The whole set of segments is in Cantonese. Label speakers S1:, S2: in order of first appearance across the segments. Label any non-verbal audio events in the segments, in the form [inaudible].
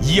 S1: 以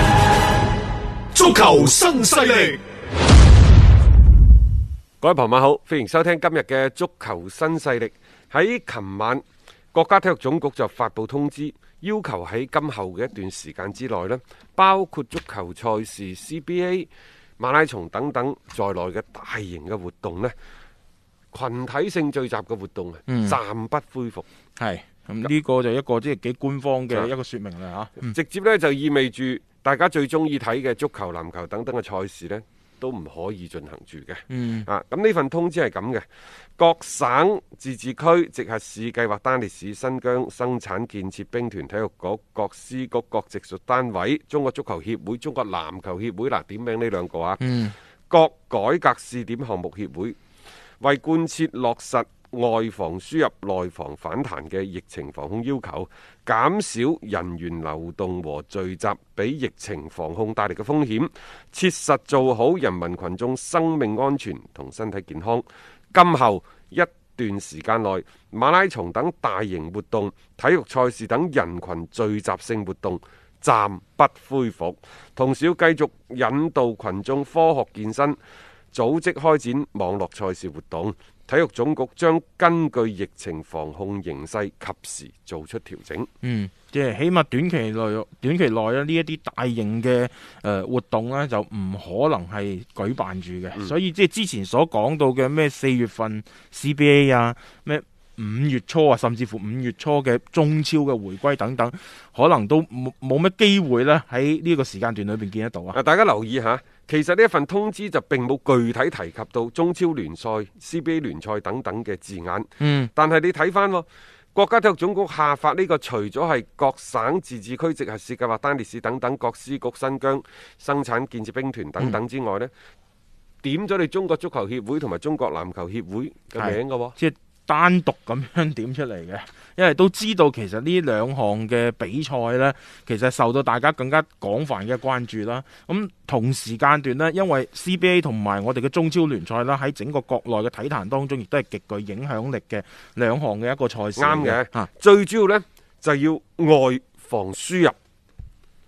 S1: 足球新勢力。
S2: 各位朋友好，歡迎收聽今日嘅足球新勢力。喺琴晚，國家體育總局就發布通知，要求喺今後嘅一段時間之內呢，包括足球賽事、CBA、馬拉松等等在內嘅大型嘅活動呢，群體性聚集嘅活動啊，暫不恢復。
S3: 係咁呢個就一個即係幾官方嘅一個說明啦嚇。
S2: 直接呢就意味住大家最中意睇嘅足球、籃球等等嘅賽事呢，都唔可以進行住嘅。
S3: 嗯，
S2: 啊，咁呢份通知係咁嘅，各省自治區、直轄市計劃單列市、新疆生產建設兵團體育局、各司局、各直屬單位、中國足球協會、中國籃球協會，嗱、點名呢兩個啊，各改革試點項目協會，為貫徹落實外防輸入、內防反彈嘅疫情防控要求，減少人員流動和聚集俾疫情防控帶嚟嘅風險，切實做好人民群眾生命安全同身體健康。今後一段時間內，馬拉松等大型活動、體育賽事等人群聚集性活動暫不恢復，同時要繼續引導群眾科學健身。組織開展網絡賽事活動，體育總局將根據疫情防控形勢及時做出調整。
S3: 嗯，即係起碼短期內，短期內啊咧呢一啲大型嘅誒、呃活動呢，就唔可能係舉辦住嘅，
S4: 嗯
S3: 所以即係之前所講到嘅咩四月份 CBA 啊，咩五月初啊，甚至乎五月初嘅中超嘅回歸等等，可能都冇冇乜機會呢喺呢個時間段裏邊見得到啊。
S2: 啊，大家留意下，其實呢一份通知就並冇具體提及到中超聯賽、CBA 聯賽等等嘅字眼。
S3: 嗯，
S2: 但係你睇翻喎，國家體育總局下發呢個，除咗係各省自治區、直轄市計劃單列市等等各司局、新疆生產建設兵團等等之外呢，點咗你中國足球協會同埋中國籃球協會嘅名嘅喎。
S3: 即係單獨咁樣點出嚟嘅， [laughs] 因為都知道其實呢兩項嘅比賽呢，其實受到大家更加廣泛嘅關注啦。咁同時間段呢，因為 CBA 同埋我哋嘅中超聯賽啦，喺整個國內嘅體壇當中，亦都係極具影響力嘅兩項嘅一啊個賽事嚟。
S2: 啱嘅
S3: 嚇
S2: 最主要呢，就要外防輸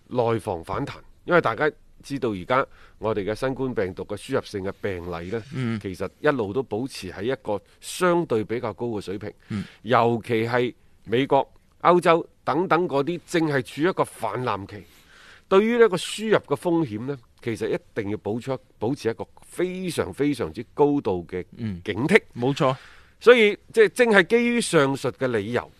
S2: 入，內防反彈，因為大家知道而家我哋嘅新冠病毒嘅輸入性嘅病例呢，其實一路都保持喺一個相對比較高嘅水平，尤其係美國、歐洲等等嗰啲正係處於一個泛濫期。對於呢個輸入嘅風險呢，其實一定要保出保持一個非常非常之高度嘅警惕。
S3: 冇錯，
S2: 所以即係正係基於上述嘅理由，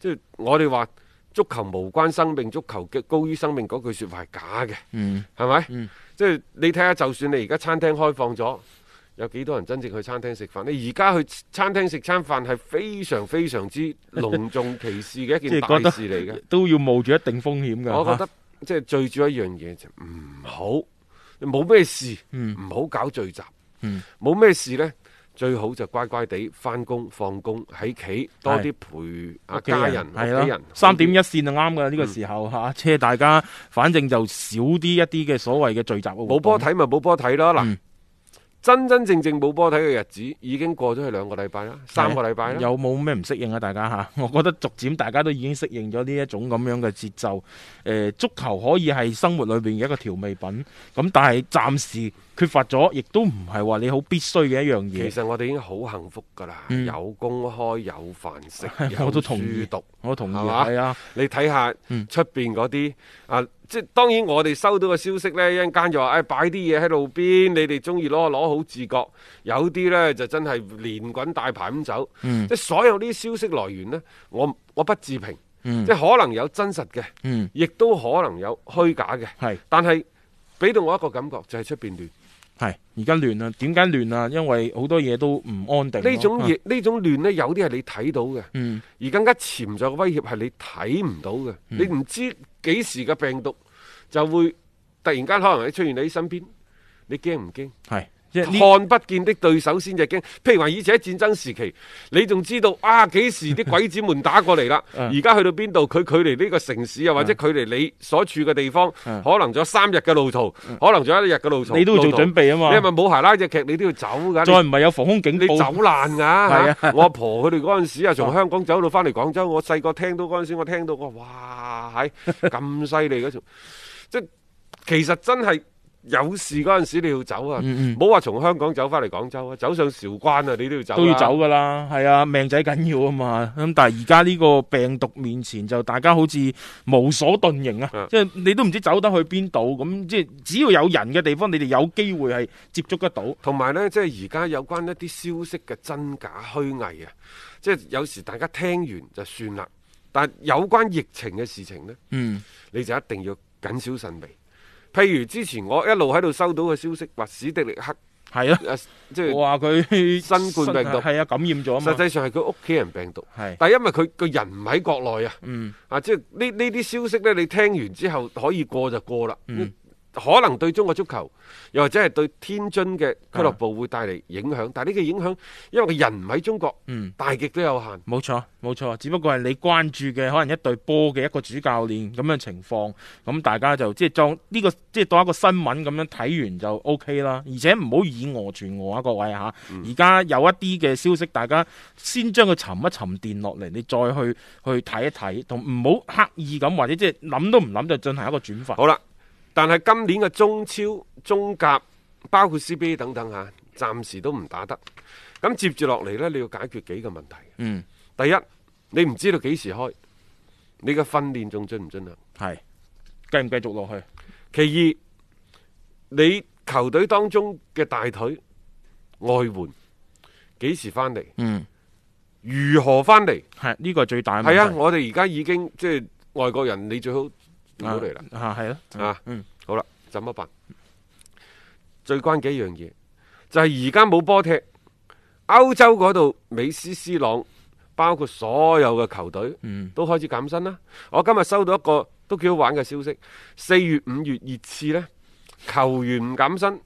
S2: 即係我哋話足球無關生命，足球嘅高於生命嗰句説話係假嘅，
S3: 嗯，
S2: 係咪？即係你睇下，就算你而家餐廳開放咗，有幾多人真正去餐廳食飯？你而家去餐廳食餐飯係非常非常之隆重其事嘅一件
S3: [laughs] 即係覺
S2: 大
S3: 得
S2: 事嚟嘅。
S3: 都要冒住一定風險嘅。
S2: 我覺
S3: 嚇
S2: 得即係最主要一樣嘢就唔好，冇咩事，
S3: 嗯
S2: 唔好搞聚集，冇咩事呢，最好就乖乖地翻工放工喺企多啲陪啊家人屋
S3: 係
S2: 企
S3: 啦
S2: 人，嗯
S3: 三點一線就啱噶呢個時候嚇，即係大家反正就少啲一啲嘅所謂嘅聚集嘅活動
S2: 冇波睇咪冇波睇咯嗱
S3: 嗯，
S2: 真真正正冇波睇嘅日子已經過咗去兩個禮拜啦，三個禮拜啦，
S3: 啊有冇咩唔適應啊？大家嚇， [laughs] 我覺得逐漸大家都已經適應咗呢一種咁樣嘅節奏。誒、呃足球可以係生活裏邊嘅一個調味品，咁但係暫時缺乏咗，亦都唔係話你好必須嘅一樣
S2: 其
S3: 嘢。
S2: 實我哋已經好幸福㗎啦，
S3: 嗯
S2: 有工開有飯食，
S3: [laughs] 我
S2: 有
S3: 都同意啊
S2: 書讀。
S3: 我同意，
S2: 係嘛
S3: 係啊，
S2: 你睇下
S3: 嗯
S2: 出邊嗰啲啊即係當然，我哋收到嘅消息呢，一陣間就話誒哎擺啲嘢喺路邊，你哋中意攞攞好自覺。有啲呢就真係連滾帶爬咁走。
S3: 嗯
S2: 即係所有呢啲消息來源呢，我我不置評。即係可能有真實嘅，
S3: 嗯
S2: 亦都可能有虛假嘅。
S3: 係
S2: 但係俾到我一個感覺就係出邊亂。
S3: 係而家亂啦，點解亂啊？因為好多嘢都唔安定咯。
S2: 呢種
S3: 啊
S2: 嘢呢種亂呢，有啲係你睇到嘅，
S3: 嗯
S2: 而更加潛在嘅威脅係你睇唔到嘅。你唔知幾時嘅病毒就會突然間可能喺出現喺你身邊，你驚唔驚？
S3: 係即係呢
S2: 看不見的對手先至驚。譬如話以前喺戰爭時期，你仲知道啊幾時啲鬼子們打過
S3: [laughs]
S2: 嚟啦？
S3: 嗯
S2: 而家去到邊度，佢距離呢個城市啊，或者距離你所處嘅地方，
S3: 嗯
S2: 可能仲有三日嘅路途，可能仲有一日嘅路途。
S3: 啊你都要做
S2: 路途
S3: 準備啊嘛
S2: 你係咪冇鞋拉只劇，你都要走㗎？你
S3: 再唔係有防空警
S2: 你
S3: 報
S2: 走爛
S3: [laughs]
S2: 㗎、
S3: 啊
S2: 嚇我阿婆佢哋嗰陣時啊，從香港走到翻嚟廣州，我細個聽到嗰陣時，我聽到我話哇，係咁犀利嗰種， [laughs] 即係其實真係有事嗰陣時你要走啊，
S3: 嗯嗯
S2: 唔好話從香港走翻嚟廣州啊，走上韶關啊，你都要走、
S3: 都要走。噶啦，係啊，命仔緊要啊嘛。咁但係而家呢個病毒面前，就大家好似無所遁形啊
S2: 嗯，
S3: 即係你都唔知走得去邊度。咁即係只要有人嘅地方，你哋有機會係接觸得到。
S2: 同埋呢，即係而家有關一啲消息嘅真假虛偽啊，即係有時大家聽完就算啦，但係有關疫情嘅事情呢。
S3: 嗯，
S2: 你就一定要謹小慎微。譬如之前我一路喺度收到嘅消息，話史迪力克
S3: 係啊，
S2: 誒、即係
S3: 我話佢
S2: 新冠病毒
S3: 係啊感染咗啊
S2: 實
S3: 嘛，
S2: 際上係佢屋企人病毒，
S3: 係
S2: 但係因為佢個人唔喺國內啊，
S3: 嗯
S2: 啊，即係呢呢啲消息呢，你聽完之後可以過就過啦。
S3: 嗯
S2: 嗯可能對中國足球，又或者係對天津嘅俱樂部會帶嚟影響，但係呢個影響，因為個人唔喺中國，
S3: 嗯。
S2: 大極都有限。
S3: 冇錯，冇錯，只不過係你關注嘅可能一隊波嘅一個主教練咁樣情況，咁大家就即係當呢個即係當一個新聞咁樣睇完就 O K 啦，而且唔好以訛傳訛啊，各位吓。
S2: 嗯
S3: 而家、有一啲嘅消息，大家先將佢沉一沉澱落嚟，你再去去睇一睇，同唔好刻意咁或者即係諗都唔諗就進行一個轉發。
S2: 好啦，但係今年嘅中超、中甲，包括 CBA 等等吓，暫時都唔打得。咁接住落嚟呢，你要解決幾個問題。
S3: 嗯，
S2: 第一，你唔知道幾時開，你嘅訓練仲進唔進行？
S3: 係繼唔繼續落去？
S2: 其二，你球隊當中嘅大腿外援幾時翻嚟？
S3: 嗯，
S2: 如何翻嚟？
S3: 係呢個係最大嘅問題。
S2: 係啊，我哋而家已經即係外國人，你最好唔好嚟啦。
S3: 啊，係啦，
S2: 啊，
S3: 嗯，
S2: 好啦，怎麼辦？最關鍵一樣嘢就係而家冇波踢，歐洲嗰度美斯、斯朗，包括所有嘅球隊，
S3: 嗯
S2: 都開始減薪啦。我今日收到一個都幾好玩嘅消息，四月、五月熱刺呢，球員唔
S3: [laughs]
S2: 減薪，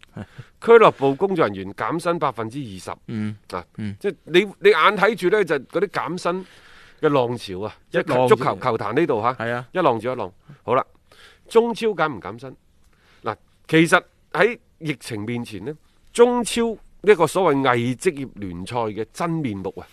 S2: 俱樂部工作人員減薪百分之二十。
S3: 嗯，
S2: 啊，
S3: 嗯
S2: 即係你你眼睇住呢，就嗰啲減薪嘅浪潮啊，
S3: 一
S2: 即係
S3: 浪
S2: 足
S3: 潮
S2: 球球壇呢度嚇。
S3: 係啊，
S2: 一浪住一浪。好啦，中超減唔減薪？嗱，其實喺疫情面前呢，中超呢一個所謂偽職業聯賽嘅真面目啊，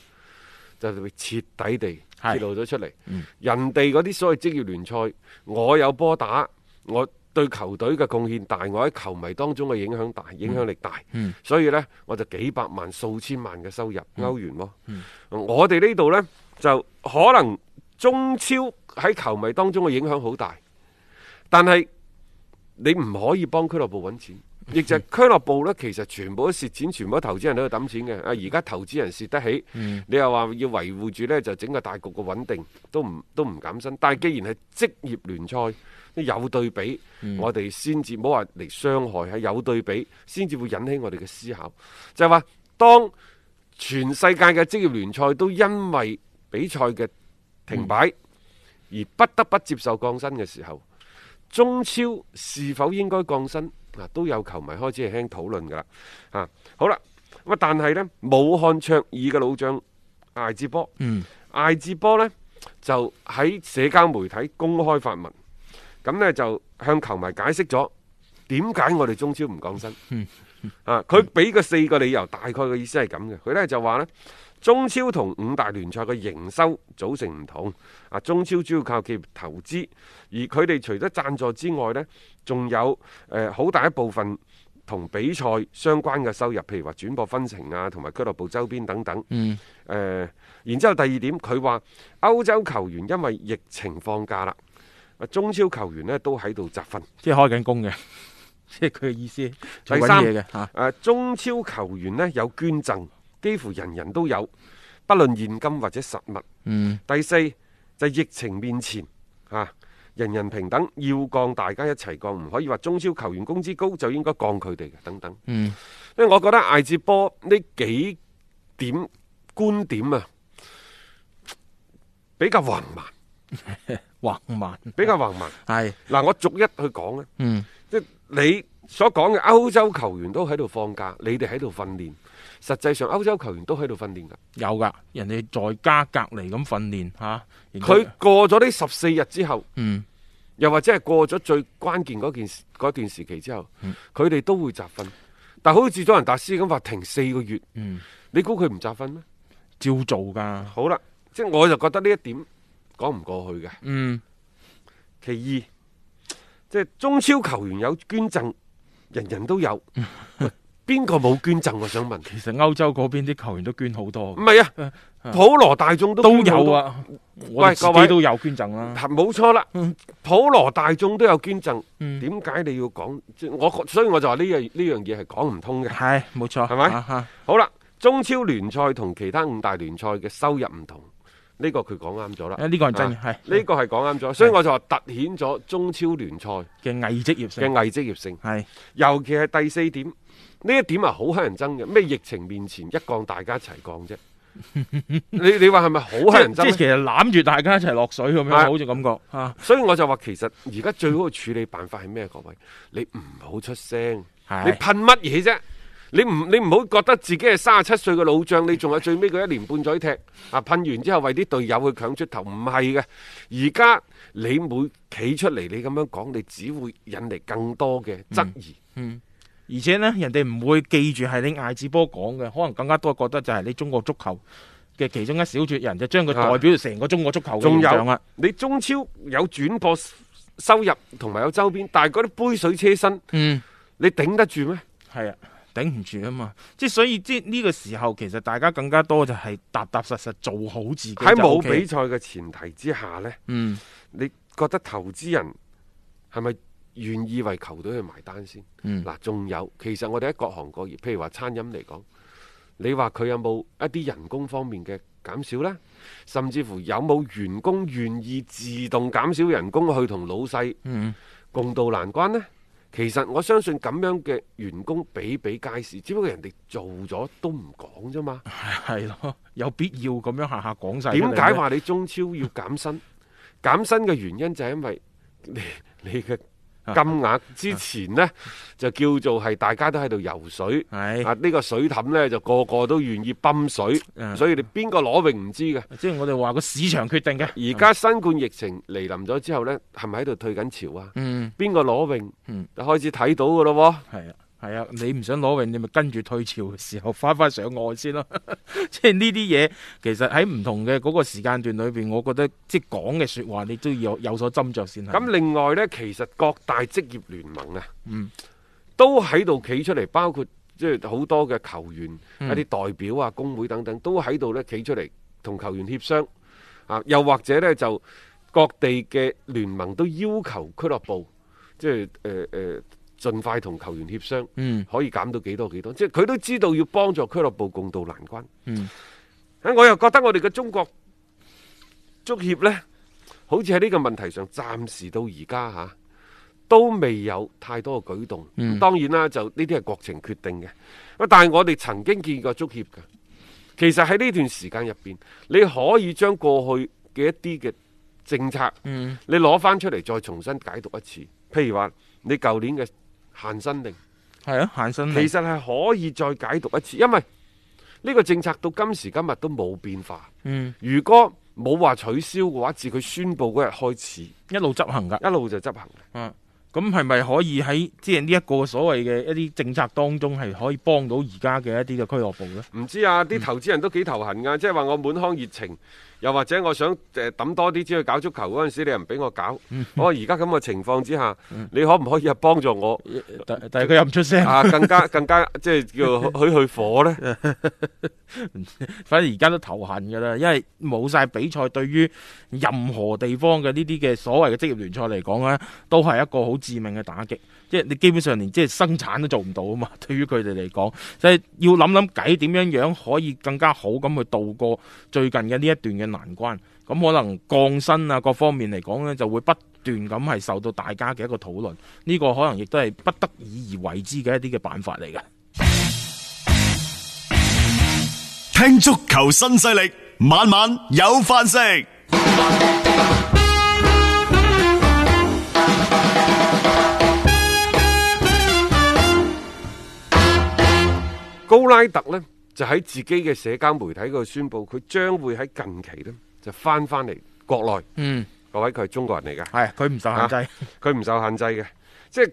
S2: 就被徹底地
S3: 係嗯
S2: 揭露咗出嚟。人哋嗰啲所謂職業聯賽，我有波打，我對球隊嘅貢獻大，我喺球迷當中嘅影響大，影響力大。
S3: 嗯
S2: 所以呢，我就幾百萬、數千萬嘅收入、歐元喎、
S3: 嗯
S2: 我哋呢度呢，就可能中超喺球迷當中嘅影響好大，但係你唔可以幫俱樂部揾錢。亦就係俱樂部呢，其實全部都蝕錢，全部都投資人喺度抌錢嘅。啊，而家投資人蝕得起，你又話要維護住呢，就整個大局嘅穩定，都唔都唔減薪。但係既然係職業聯賽，有對比，我哋先至唔好話嚟傷害，係有對比先至會引起我哋嘅思考。就係話，當全世界嘅職業聯賽都因為比賽嘅停擺而不得不接受降薪嘅時候，中超是否應該降薪啊？都有球迷開始輕輕討論㗎啦。啊，好啦，咁啊，但係呢，武漢卓爾嘅老將艾志波，
S3: 嗯
S2: 艾志波呢，就喺社交媒體公開發文，咁呢，就向球迷解釋咗點解我哋中超唔降薪。啊，佢俾個四個理由，大概嘅意思係咁嘅。佢呢就話呢，中超同五大聯賽嘅營收組成唔同。啊，中超主要靠企業投資，而佢哋除咗贊助之外呢，仲有誒好、大一部分同比賽相關嘅收入，譬如話轉播分成啊，同埋俱樂部周邊等呃等。
S3: 嗯。
S2: 誒、然之後第二點，佢話歐洲球員因為疫情放假啦，啊中超球員呢都喺度集訓。
S3: 即係開緊工嘅， [laughs] 即係佢嘅意思做緊
S2: 三
S3: 嘢嘅吓。
S2: 啊，中超球員呢有捐贈，幾乎人人都有，不論現金或者實物。
S3: 嗯，
S2: 第四就係疫情面前啊，人人平等，要降大家一齊降，唔可以話中超球員工資高就應該降佢哋嘅等等。
S3: 嗯，
S2: 因為我覺得艾哲波呢幾點觀點啊，比較橫蠻，
S3: 橫蠻
S2: 比較橫蠻。
S3: 係，
S2: 嗱，我逐一去講啊咧。
S3: 嗯，
S2: 即係你所講嘅歐洲球員都喺度放假，你哋喺度訓練。實際上歐洲球員都喺度訓練㗎。
S3: 有噶，人哋在家隔離咁訓練吓，然之後
S2: 佢過咗呢十四日之後，
S3: 嗯
S2: 又或者係過咗最關鍵嗰件事嗰段時期之後，佢哋、都會集訓。但好似佐仁達斯咁話停四個月，
S3: 嗯，
S2: 你估佢唔集訓咩？
S3: 照做噶，
S2: 好啦，即係我就覺得呢一點講唔過去嘅。
S3: 嗯
S2: 其二，即係中超球員有捐贈，人人都有。喂邊個冇捐贈？我想問。
S3: 其實歐洲嗰邊啲球員都捐好多
S2: 唔
S3: 㗎，
S2: 係啊，普羅大眾
S3: 嗯
S2: 都
S3: 都
S2: 捐好
S3: 有
S2: 多，
S3: 啊，我哋
S2: 喂
S3: 自
S2: 各位
S3: 己都有捐贈啦，
S2: 係冇錯啦。普羅大眾都有捐贈，
S3: 嗯
S2: 點解你要講？即我所以我就話呢樣呢樣嘢係講唔通嘅。 [laughs]
S3: 係冇錯，
S2: 係咪
S3: 啊哈
S2: 好啦，中超聯賽同其他五大聯賽嘅收入唔同，呢、個佢講啱咗啦。
S3: 啊呢個係真嘅，
S2: 啊
S3: 係
S2: 呢個係講啱咗，所以我就話突顯咗中超聯賽
S3: 嘅偽職業
S2: 嘅
S3: 性，
S2: 偽職業性，
S3: 係
S2: 尤其係第四點，呢一點係好乞人憎嘅。咩疫情面前一降大家一齊
S3: [laughs]
S2: 降啫，你你話係咪好乞人
S3: 即
S2: 憎
S3: 係
S2: 呢
S3: 其實攬住大家一齊落水咁樣，
S2: 啊
S3: 好似感覺啊，
S2: 所以我就話其實而家最好嘅處理辦法係咩？各位，你唔好出聲，你
S3: 係
S2: 噴乜嘢啫？你唔你唔好覺得自己係三十七歲嘅老將，你仲有最尾嗰一年半載踢啊！噴完之後為啲隊友去搶出頭，唔係嘅。而家你每企出嚟，你咁樣講，你只會引嚟更
S3: 嗯
S2: 多嘅質疑。
S3: 而且呢，人哋唔會記住係你艾志波講嘅，可能更加多覺得就係你中國足球嘅其中一小撮人，就將佢代表成個中國足球嘅
S2: 仲
S3: 形
S2: 有
S3: 象啊啦。
S2: 你中超有轉播收入同埋有周邊，但係嗰啲杯水車薪，
S3: 嗯，
S2: 你頂得住咩？
S3: 係啊，頂唔住啊嘛。即係所以，即係呢個時候，其實大家更加多就係踏踏實實做好自己就
S2: 喺冇
S3: OK
S2: 比賽嘅前提之下呢。
S3: 嗯， [laughs]
S2: 你覺得投資人係咪願意為球隊去埋單先？
S3: 嗯
S2: 嗱、仲有，其實我哋喺各行各業，譬如話餐飲嚟講，你話佢有冇一啲人工方面嘅減少呢？甚至乎有冇員工願意自動減少人工去同老細
S3: 嗯
S2: 共度難關呢？其實我相信咁樣嘅員工比比皆是，只不過人哋做咗都唔講啫嘛。
S3: 係咯，有必要咁樣下下講晒出嚟
S2: 點
S3: 咩。
S2: 解話你中超要減薪？ [laughs] 減薪嘅原因就係因為 [laughs] 你你嘅
S3: 啊
S2: 金額之前呢，就叫做係大家都喺度游水。
S3: 係
S2: 啊！呢、個水氹呢，就個個都願意泵水，
S3: 嗯
S2: 所以你邊個攞泳唔知嘅。
S3: 即係我哋話個市場決定嘅？
S2: 而家新冠疫情嚟臨咗之後呢，係咪喺度退緊潮啊？
S3: 嗯
S2: 邊個攞泳
S3: 嗯
S2: 就開始睇到嘅咯喎。
S3: 係啊。係啊，你唔想攞泳，你咪跟住退潮嘅時候翻翻上岸先咯。 [laughs] 即係呢啲嘢，其實喺唔同嘅嗰個時間段裏邊，我覺得即係講嘅説話，你都要有有所斟酌先係。
S2: 咁另外呢，其實各大職業聯盟啊，
S3: 嗯
S2: 都喺度企出嚟，包括即係好多嘅球員、
S3: 嗯
S2: 一啲代表啊、工會等等，都喺度呢企出嚟同球員協商啊，又或者呢，就各地嘅聯盟都要求俱樂部即係誒誒，盡快同球員協商，
S3: 嗯
S2: 可以減到幾多幾多，即係佢都知道要幫助俱樂部共度難關。
S3: 嗯
S2: 啊，我又覺得我哋嘅中國足協呢，好似喺呢個問題上，暫時到而家嚇都未有太多嘅舉動。
S3: 嗯
S2: 當然啦，就呢啲係國情決定嘅。啊但係我哋曾經見過足協嘅，其實喺呢段時間入邊，你可以將過去嘅一啲嘅政策，
S3: 嗯
S2: 你攞翻出嚟再重新解讀一次。譬如話，你舊年嘅限薪令。
S3: 係啊，限薪
S2: 其
S3: 令
S2: 實係可以再解讀一次，因為呢個政策到今時今日都冇變化。
S3: 嗯
S2: 如果冇話取消嘅話，自佢宣布嗰日開始，
S3: 一路執行㗎。
S2: 一路就執行。
S3: 啊，咁係咪可以喺即係呢一個所謂嘅一啲政策當中係可以幫到而家嘅一啲嘅俱樂部咧？
S2: 唔知啊，啲投資人都幾頭痕㗎，即係話我滿腔熱情，又或者我想誒抌多啲資去搞足球嗰陣時，你又唔俾我搞。我話而家咁嘅情況之下，你可唔可以啊幫助我
S3: 但但係佢又唔出聲，
S2: 啊更加更加即係叫許去火呢？
S3: 反正而家都頭痕㗎啦，因為冇晒比賽，對於任何地方嘅呢啲嘅所謂嘅職業聯賽嚟講咧，都係一個好致命嘅打擊。即係你基本上連即係生產都做唔到啊嘛， [laughs] 對於佢哋嚟講，所以要諗諗計點樣樣可以更加好咁去度過最近嘅呢一段嘅難關。咁可能降薪啊各方面嚟講呢，就會不斷咁係受到大家嘅一個討論。呢、個可能亦都係不得已而為之嘅一啲嘅辦法嚟嘅。
S1: 聽足球新勢力，晚晚有飯食。
S2: 高拉特呢，就喺自己嘅社交媒體嗰度宣布，佢將會喺近期呢，就翻翻嚟國內。
S3: 嗯，
S2: 各位佢係中國人嚟㗎，
S3: 係佢唔受限制。
S2: 佢唔受限制嘅，即係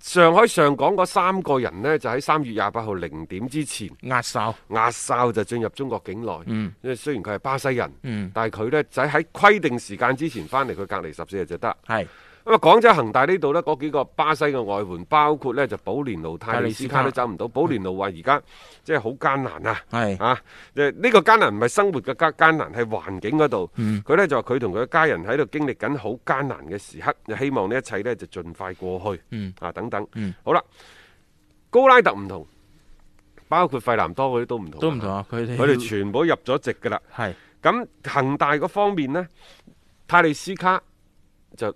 S2: 上海上港嗰三個人呢，就喺三月廿八號零點之前。
S3: 壓哨，
S2: 壓哨就進入中國境內，
S3: 嗯
S2: 因為雖然佢係巴西人，
S3: 嗯
S2: 但係佢呢就喺規定時間之前翻嚟，佢隔離十四日就得。
S3: 係
S2: 咁啊，廣州恒大呢度呢，嗰幾個巴西嘅外援，包括呢就保連奴、泰利斯卡都走唔到。保連奴話而家即係好艱難啊！
S3: 係
S2: 啊！即係呢個艱難唔係生活嘅艱艱難，係環境嗰度。
S3: 嗯
S2: 佢呢就話佢同佢嘅家人喺度經歷緊好艱難嘅時刻，就希望呢一切呢就盡快過去。
S3: 嗯
S2: 啊，等等。
S3: 嗯
S2: 好啦，高拉特唔同，包括費南多嗰啲都唔同啊，
S3: 都唔同啊！佢哋
S2: 佢哋全部入咗籍噶啦。
S3: 係
S2: 咁恒大嗰方面呢，泰利斯卡就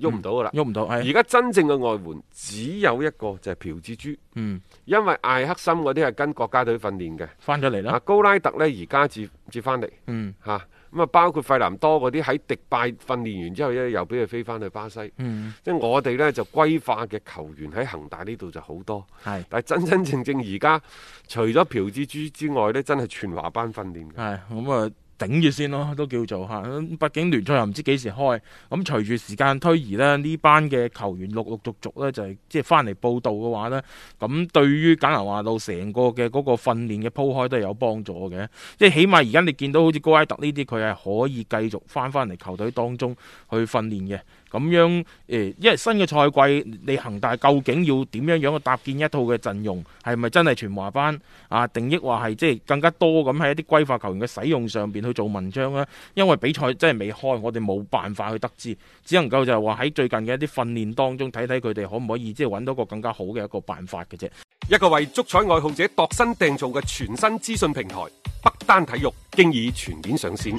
S2: 喐唔到噶啦。
S3: 嗯喐唔到，
S2: 而
S3: 係
S2: 家真正嘅外援只有一個就係朴志洙，
S3: 嗯
S2: 因為艾克森嗰啲係跟國家隊訓練嘅。
S3: 翻咗嚟
S2: 啊
S3: 啦，，
S2: 高拉特呢而家至至翻嚟
S3: 嗯
S2: 嚇，咁啊包括費南多嗰啲喺迪拜訓練完之後咧，又俾佢飛翻去巴西。
S3: 嗯
S2: 即係我哋呢就歸化嘅球員喺恒大呢度就好多，
S3: 係
S2: 但係真真正正而家除咗朴志洙之外呢，真係全華班訓練嘅。
S3: 係咁啊。頂住先咯，都叫做嚇。咁畢竟聯賽又唔知幾時開，咁隨住時間推移呢，呢班嘅球員陸陸續續呢，就係即係翻嚟報道嘅話呢，咁對於簡拿華路成個嘅嗰個訓練嘅鋪開都係有幫助嘅。即係起碼而家你見到好似高拉特呢啲，佢係可以繼續翻翻嚟球隊當中去訓練嘅。咁樣誒、呃因為新嘅賽季，你恒大究竟要點樣樣去搭建一套嘅陣容，係咪真係全華班啊？定抑或係即係更加多咁喺一啲歸化球員嘅使用上邊去做文章呢？因為比賽真係未開，我哋冇辦法去得知，只能夠就係話喺最近嘅一啲訓練當中睇睇佢哋可唔可以即係揾到個更加好嘅一個辦法嘅啫。
S2: 一個為足彩愛好者度身訂造嘅全新資訊平台北單體育，經已全面上線。